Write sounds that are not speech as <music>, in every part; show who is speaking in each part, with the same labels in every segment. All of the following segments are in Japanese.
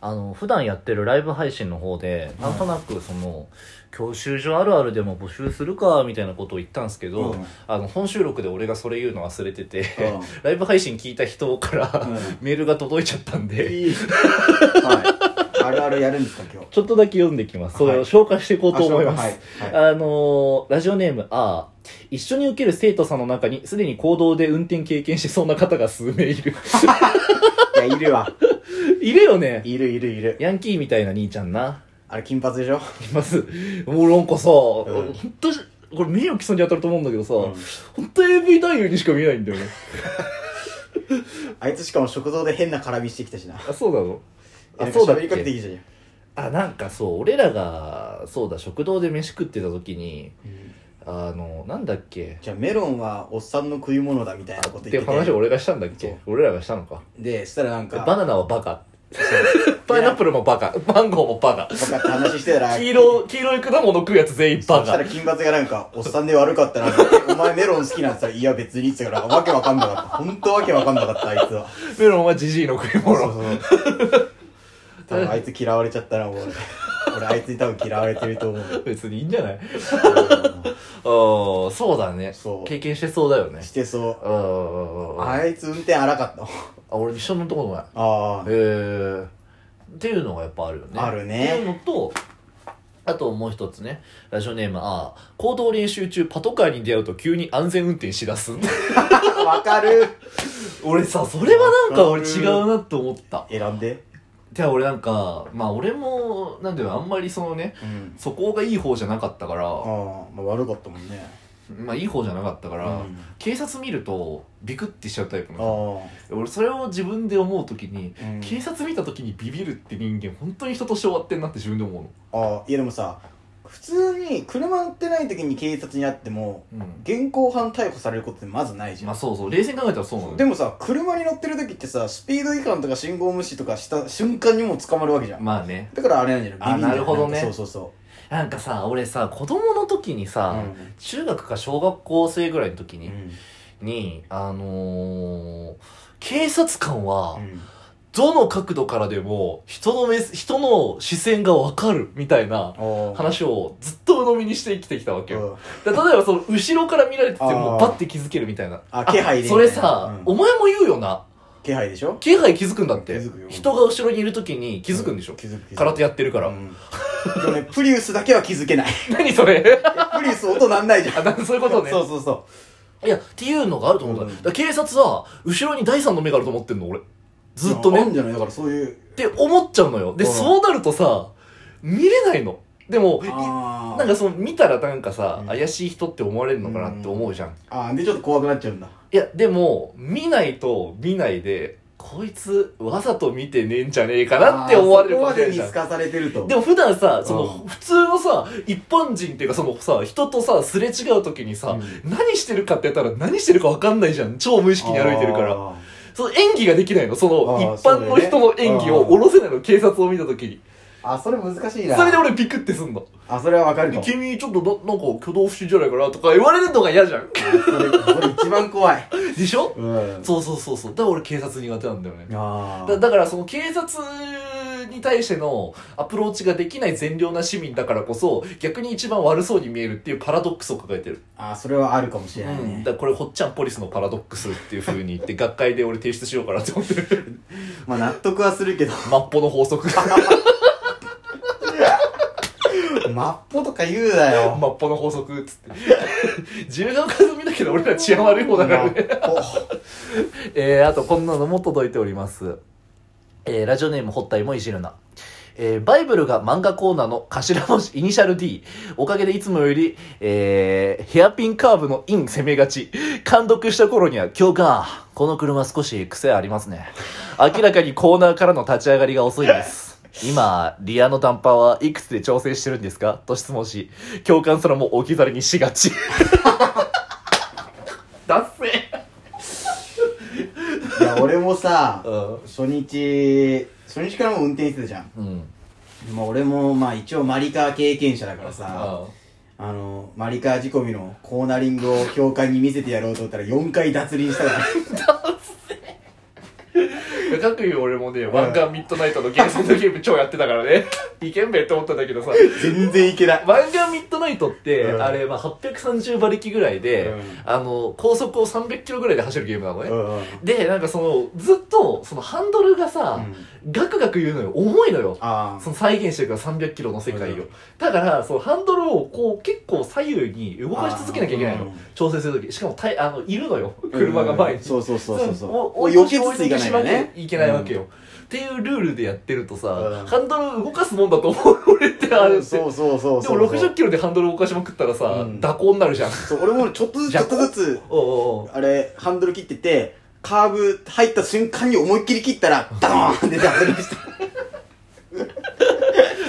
Speaker 1: あの普段やってるライブ配信の方でなんとなくその、教習所あるあるでも募集するかみたいなことを言ったんですけど、
Speaker 2: うん
Speaker 1: あの本収録で俺がそれ言うの忘れてて、
Speaker 2: うん
Speaker 1: ライブ配信聞いた人から、
Speaker 2: う
Speaker 1: メールが届いちゃったんで、
Speaker 2: いいはいあるあるやるんですか今日
Speaker 1: ちょっとだけ読んできます。それ
Speaker 2: は
Speaker 1: を
Speaker 2: い
Speaker 1: 紹介していこうと思います。
Speaker 2: あそうかは
Speaker 1: あのーラジオネーム、あー一緒に受ける生徒さんの中に、すでに行動で運転経験しそうな方が数名い
Speaker 2: <laughs>
Speaker 1: る。
Speaker 2: い、いやいるわ
Speaker 1: いるよね。
Speaker 2: いるいるいる
Speaker 1: ヤンキーみたいな兄ちゃんな。
Speaker 2: あれ金髪でしょ
Speaker 1: います。もうなんかさ、
Speaker 2: ん
Speaker 1: 本当にこれ名誉毀損に当たると思うんだけどさ、本当 AV 男優にしか見えないんだよね。
Speaker 2: あいつしかも食堂で変な絡みしてきたしな
Speaker 1: <laughs> あ、そうなのあ、
Speaker 2: なんか
Speaker 1: そうだっ
Speaker 2: 喋りかけてき
Speaker 1: け
Speaker 2: たじゃん
Speaker 1: あ、なんかそう、俺らが、そうだ、食堂で飯食ってた時に、あの、なんだっけ、
Speaker 2: じゃあメロンはおっさんの食い物だみたいなこと
Speaker 1: ってい
Speaker 2: 言っ
Speaker 1: う
Speaker 2: て
Speaker 1: 話
Speaker 2: て
Speaker 1: を俺がしたんだっ
Speaker 2: そ
Speaker 1: け
Speaker 2: う
Speaker 1: 俺らがしたのか。
Speaker 2: でしたらなんか
Speaker 1: バナナはバカ。
Speaker 2: そう
Speaker 1: パイナップルもバカ。マンゴーもバカ。
Speaker 2: バカって話してたら
Speaker 1: 黄色、黄色い果物食うやつ全員バ
Speaker 2: そした
Speaker 1: カ
Speaker 2: ら。金髪がなんか、おっさんで悪かったなって、お前メロン好きなんて言ったら、いや別にって言ってたから、わけわかんなかった。ほんとわけわかんなかった、あいつは。
Speaker 1: メロンはジジイの食い
Speaker 2: そう
Speaker 1: 物。
Speaker 2: そう <laughs> 多分あいつ嫌われちゃったな、も <laughs> う俺。俺あいつに多分嫌われてると思う。
Speaker 1: 別にいいんじゃないあーそうだね。
Speaker 2: そう
Speaker 1: 経験してそうだよね。
Speaker 2: してそう。
Speaker 1: あーあーあー
Speaker 2: <laughs> あいつ運転荒かった。
Speaker 1: あ、俺一緒に乗ったことない。
Speaker 2: ああ。
Speaker 1: へえ。っていうのがやっぱあるよね。
Speaker 2: あるね
Speaker 1: っていうのと、あともう一つね、ラジオネーム、ああ、行動練習中パトカーに出会うと急に安全運転しだ
Speaker 2: <laughs>
Speaker 1: す。
Speaker 2: わかる
Speaker 1: 俺さ、それはなんか俺違うなと思った。
Speaker 2: 選んで。
Speaker 1: じゃあ俺なんか、まあ俺も、なんだよ、あんまりそのね、
Speaker 2: うん。
Speaker 1: 素行がいい方じゃなかったから、
Speaker 2: ああ、まあ悪かったもんね。
Speaker 1: まあいい方じゃなかったから、
Speaker 2: うん
Speaker 1: 警察見るとビクってしちゃうタイプ
Speaker 2: あ
Speaker 1: の
Speaker 2: あ。
Speaker 1: 俺それを自分で思う時に、
Speaker 2: うん
Speaker 1: 警察見た時にビビるって人間本当に人として終わってんなって自分で思うの
Speaker 2: ああ、いやでもさ、普通に車乗ってない時に警察に会っても、
Speaker 1: うん
Speaker 2: 現行犯逮捕されることってまずないじゃん
Speaker 1: まあ。そうそう冷静に考えたらそうなのよ
Speaker 2: でもさ車に乗ってる時ってさスピード違反とか信号無視とかした瞬間にもう捕まるわけじゃん、
Speaker 1: まあね
Speaker 2: だからあれなんじゃない
Speaker 1: あ
Speaker 2: ビビんじゃい
Speaker 1: なるほどね
Speaker 2: んかそうそうそ
Speaker 1: なんかさ俺さ子供の時にさ、
Speaker 2: うん
Speaker 1: 中学か小学校生ぐらいの時
Speaker 2: う、
Speaker 1: に、
Speaker 2: うん
Speaker 1: にあのー警察官は
Speaker 2: うん
Speaker 1: どの角度からでも人の目人の視線がわかるみたいな
Speaker 2: おー
Speaker 1: 話をずっと鵜呑みにして生きてきたわけよ、
Speaker 2: う
Speaker 1: だ
Speaker 2: ん
Speaker 1: から例えばその後ろから見られてても
Speaker 2: あー
Speaker 1: バッて気づけるみたいな
Speaker 2: あ気配で
Speaker 1: それさ、
Speaker 2: うん
Speaker 1: お前も言うよな
Speaker 2: 気配でしょ
Speaker 1: 気配気づくんだって
Speaker 2: 気づくよ
Speaker 1: 人が後ろにいる時に気づくんでしょ、
Speaker 2: 気づく気づく
Speaker 1: 空手やってるから、
Speaker 2: うんでもねプリウスだけは気づけない
Speaker 1: <laughs> 何それ <laughs>
Speaker 2: プリウス音なんないじゃん
Speaker 1: あなんそういうことね
Speaker 2: そうそうそう
Speaker 1: いやっていうのがあると思うんだ,、
Speaker 2: うん
Speaker 1: だから警察は後ろに第三の目があると思ってんの俺ずっと
Speaker 2: いや
Speaker 1: ね
Speaker 2: あんじゃないだからそういう
Speaker 1: って思っちゃうのよで、
Speaker 2: うん
Speaker 1: そうなるとさ見れないのでもい
Speaker 2: あー
Speaker 1: なんかその見たらなんかさ、
Speaker 2: うん
Speaker 1: 怪しい人って思われるのかなって思うじゃん、
Speaker 2: あーでちょっと怖くなっちゃうんだ
Speaker 1: いや、でも、見ないと見ないで、こいつ、わざと見てねえんじゃねえかなって思われる
Speaker 2: あー
Speaker 1: かも
Speaker 2: そこま
Speaker 1: しれ
Speaker 2: で
Speaker 1: ない
Speaker 2: 見
Speaker 1: じゃん
Speaker 2: 透かされてると
Speaker 1: でも普段さ、その、
Speaker 2: うん
Speaker 1: 普通のさ、一般人っていうかそのさ、人とさ、すれ違う時にさ、
Speaker 2: う
Speaker 1: 何してるかってやったら何してるかわかんないじゃん。超無意識に歩いてるから。
Speaker 2: あー
Speaker 1: その演技ができないの。その、
Speaker 2: あー
Speaker 1: 一般の人の演技を下ろせないの、警察を見た時に。
Speaker 2: あそれ難しいな
Speaker 1: それで俺ビクってすんの。
Speaker 2: あそれはわかるかも
Speaker 1: 君、ちょっとな、なんか挙動不審じゃないかなとか言われるのが嫌じゃん。
Speaker 2: それそれ一番怖い。
Speaker 1: でしょ
Speaker 2: う
Speaker 1: <laughs>
Speaker 2: ん。
Speaker 1: そうそうそうそう。だから俺警察苦手なんだよね。
Speaker 2: あ
Speaker 1: だだからその警察に対してのアプローチができない善良な市民だからこそ逆に一番悪そうに見えるっていうパラドックスを抱えてる、
Speaker 2: あー、それはあるかもし
Speaker 1: う
Speaker 2: れないね
Speaker 1: ん、だ。からこれほっちゃんポリスのパラドックスっていう風に言
Speaker 2: <laughs>
Speaker 1: って学会で俺提出しようかなって思ってる
Speaker 2: まあ納得はするけど、
Speaker 1: マッポの法
Speaker 2: <laughs>
Speaker 1: 則
Speaker 2: マッポとか言うなよ。
Speaker 1: マッポの法則っつって <laughs> 自由が丘済みだけど俺ら治安悪い方だからねえー、あとこんなのも届いております。えー、ラジオネーム、ほったいもいじるな。えー、バイブルが漫画コーナーの頭文字、イニシャル D。おかげでいつもより、えー、ヘアピンカーブのイン攻めがち。監督した頃には、今日か、この車少し癖ありますね。明らかにコーナーからの立ち上がりが遅いです。今、リアの短パンはいくつで調整してるんですかと質問し、共感すらも置き去りにしがち。だっせ
Speaker 2: いや、俺もさ、
Speaker 1: うん。
Speaker 2: 初日、初日からも運転してたじゃん。
Speaker 1: うん。
Speaker 2: まあ俺も、まあ一応マリカー経験者だからさ、
Speaker 1: あ
Speaker 2: あの、マリカー仕込みのコーナリングを教官に見せてやろうと思ったら4回脱輪したから。
Speaker 1: あ。かく言う俺もね、ワンガンミッドナイトのゲーセンのゲーム超やってたから
Speaker 2: <laughs>
Speaker 1: ね。いけんべって思ったんだけどさ。
Speaker 2: 全然いけない。
Speaker 1: ワンガンミッドナイトって、
Speaker 2: うん
Speaker 1: あれ、まあ、830馬力ぐらいで、
Speaker 2: うん
Speaker 1: あの、高速を300キロぐらいで走るゲームなのね。
Speaker 2: うんうん
Speaker 1: で、なんかその、ずっと、そのハンドルがさ、ガクガク言うのよ。重いのよ。
Speaker 2: あ
Speaker 1: その再現してるから300キロの世界を。
Speaker 2: うん
Speaker 1: だから、そのハンドルをこう結構左右に動かし続けなきゃいけない
Speaker 2: あーう
Speaker 1: の
Speaker 2: ん。
Speaker 1: 調整するとき。しかもたい、あの、いるのよ。
Speaker 2: あ。
Speaker 1: 車が前に。
Speaker 2: そうそうそうそうそう。
Speaker 1: も
Speaker 2: 追い避けつついかないよね。
Speaker 1: いけないわけよ。っていうルールでやってるとさ、
Speaker 2: うん
Speaker 1: ハンドル動かすもんだと思う俺ってあれ
Speaker 2: う
Speaker 1: っ
Speaker 2: ん。
Speaker 1: て。
Speaker 2: そうそうそう
Speaker 1: で
Speaker 2: そう。
Speaker 1: も60キロでハンドル動かしまくったらさ、
Speaker 2: うん
Speaker 1: 蛇行になるじゃん。
Speaker 2: そう俺もちょっとずつ、
Speaker 1: じ
Speaker 2: ち
Speaker 1: ゃ
Speaker 2: ょ
Speaker 1: あ
Speaker 2: っとずつ、
Speaker 1: おうおうおう
Speaker 2: あれ、ハンドル切ってて、カーブ入った瞬間に思いっきり切ったら、ダーンってダブルした。
Speaker 1: <laughs>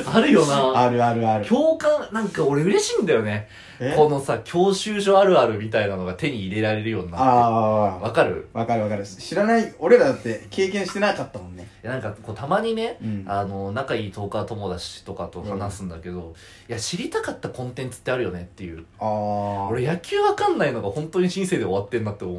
Speaker 1: あるよな。
Speaker 2: あるあるある。
Speaker 1: 共感、なんか俺嬉しいんだよね。
Speaker 2: え
Speaker 1: このさ、教習所あるあるみたいなのが手に入れられるようになって。
Speaker 2: ああ、
Speaker 1: わかる
Speaker 2: わかるわかる。知らない、俺らだって経験してなかったもんね。
Speaker 1: いやなんかこうたまにね、
Speaker 2: うん
Speaker 1: あの仲いいトーカー友達とかと話すんだけど、いや知りたかったコンテンツってあるよねっていう
Speaker 2: ああ。
Speaker 1: 俺野球わかんないのが本当に人生で終わってんなって思う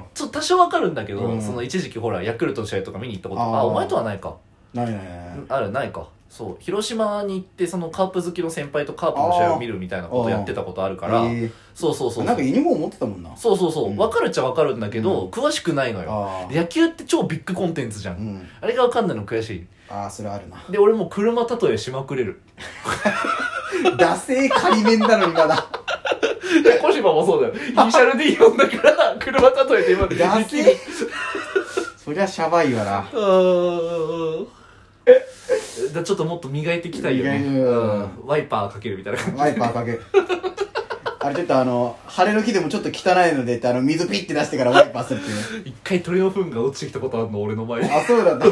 Speaker 2: あ
Speaker 1: ちょっと多少わかるんだけど、
Speaker 2: うん
Speaker 1: その一時期ほらヤクルトの試合とか見に行ったこと
Speaker 2: あー
Speaker 1: あお前とはないか
Speaker 2: あ、ないないない。
Speaker 1: あるないかそう広島に行ってそのカープ好きの先輩とカープの試合を見るみたいなことやってたことあるから、
Speaker 2: えー
Speaker 1: そうそうそう
Speaker 2: なんかユニフォーム持ってたもんな。
Speaker 1: そうそうそう
Speaker 2: うん
Speaker 1: わかるっちゃわかるんだけど、
Speaker 2: うん
Speaker 1: 詳しくないのよ
Speaker 2: あ
Speaker 1: で野球って超ビッグコンテンツじゃん、
Speaker 2: あ。うん。
Speaker 1: あれがわかんないの悔しい
Speaker 2: ああ、それはあるな。 <laughs>
Speaker 1: で俺もう車例えしまくれる
Speaker 2: 惰性仮面なのにまだ。
Speaker 1: 小島もそうだよイニシャル D 呼んだから車例えて今で
Speaker 2: 惰
Speaker 1: き <laughs>
Speaker 2: 性
Speaker 1: る
Speaker 2: そりゃシャバいわな。
Speaker 1: うーんだからちょっともっと磨いていきたいよね
Speaker 2: 磨いてうん
Speaker 1: うんワイパーかけるみたいな感じ
Speaker 2: ワイパーかける。あれちょっとあの、晴れの日でもちょっと汚いのでって、あの、水ピッて出してからワイパーするっていう。
Speaker 1: 一回鳥の糞が落ちてきたことあるの俺の前に
Speaker 2: あ、そうだった。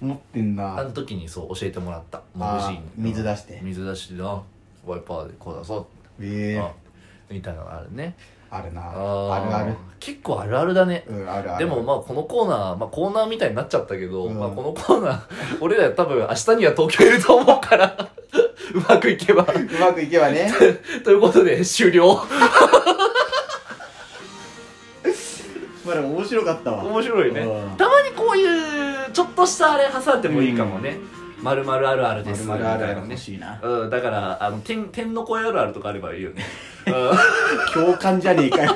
Speaker 2: 持ってん
Speaker 1: あの
Speaker 2: な。
Speaker 1: 時にそう教えてもらった
Speaker 2: あー
Speaker 1: 眩しいの
Speaker 2: 水出して
Speaker 1: 水出してなワイパーでこうだそう
Speaker 2: ええ
Speaker 1: あみたいなのあるね
Speaker 2: あるな。
Speaker 1: ー
Speaker 2: あるある。
Speaker 1: 結構あるあるだね
Speaker 2: うん、あるあ
Speaker 1: で
Speaker 2: る。
Speaker 1: もまあこのコーナー、まあ、コーナーみたいになっちゃったけど、
Speaker 2: うん
Speaker 1: まあ、このコーナー <laughs> 俺ら多分明日には東京いると思うから <laughs> うまくいけば
Speaker 2: うまくいけばね。
Speaker 1: ということで終了
Speaker 2: <laughs> まあでも面白かったわ。
Speaker 1: 面白いね
Speaker 2: うん
Speaker 1: たまにこういうちょっとしたあれ挟んでもいいかもね「まるまるあるあるです」みたい
Speaker 2: まるあるある
Speaker 1: なね
Speaker 2: 欲しいな。
Speaker 1: うん、だからあの天天の声あるあるとかあればいいよね、うん
Speaker 2: 共感じゃねえかよ。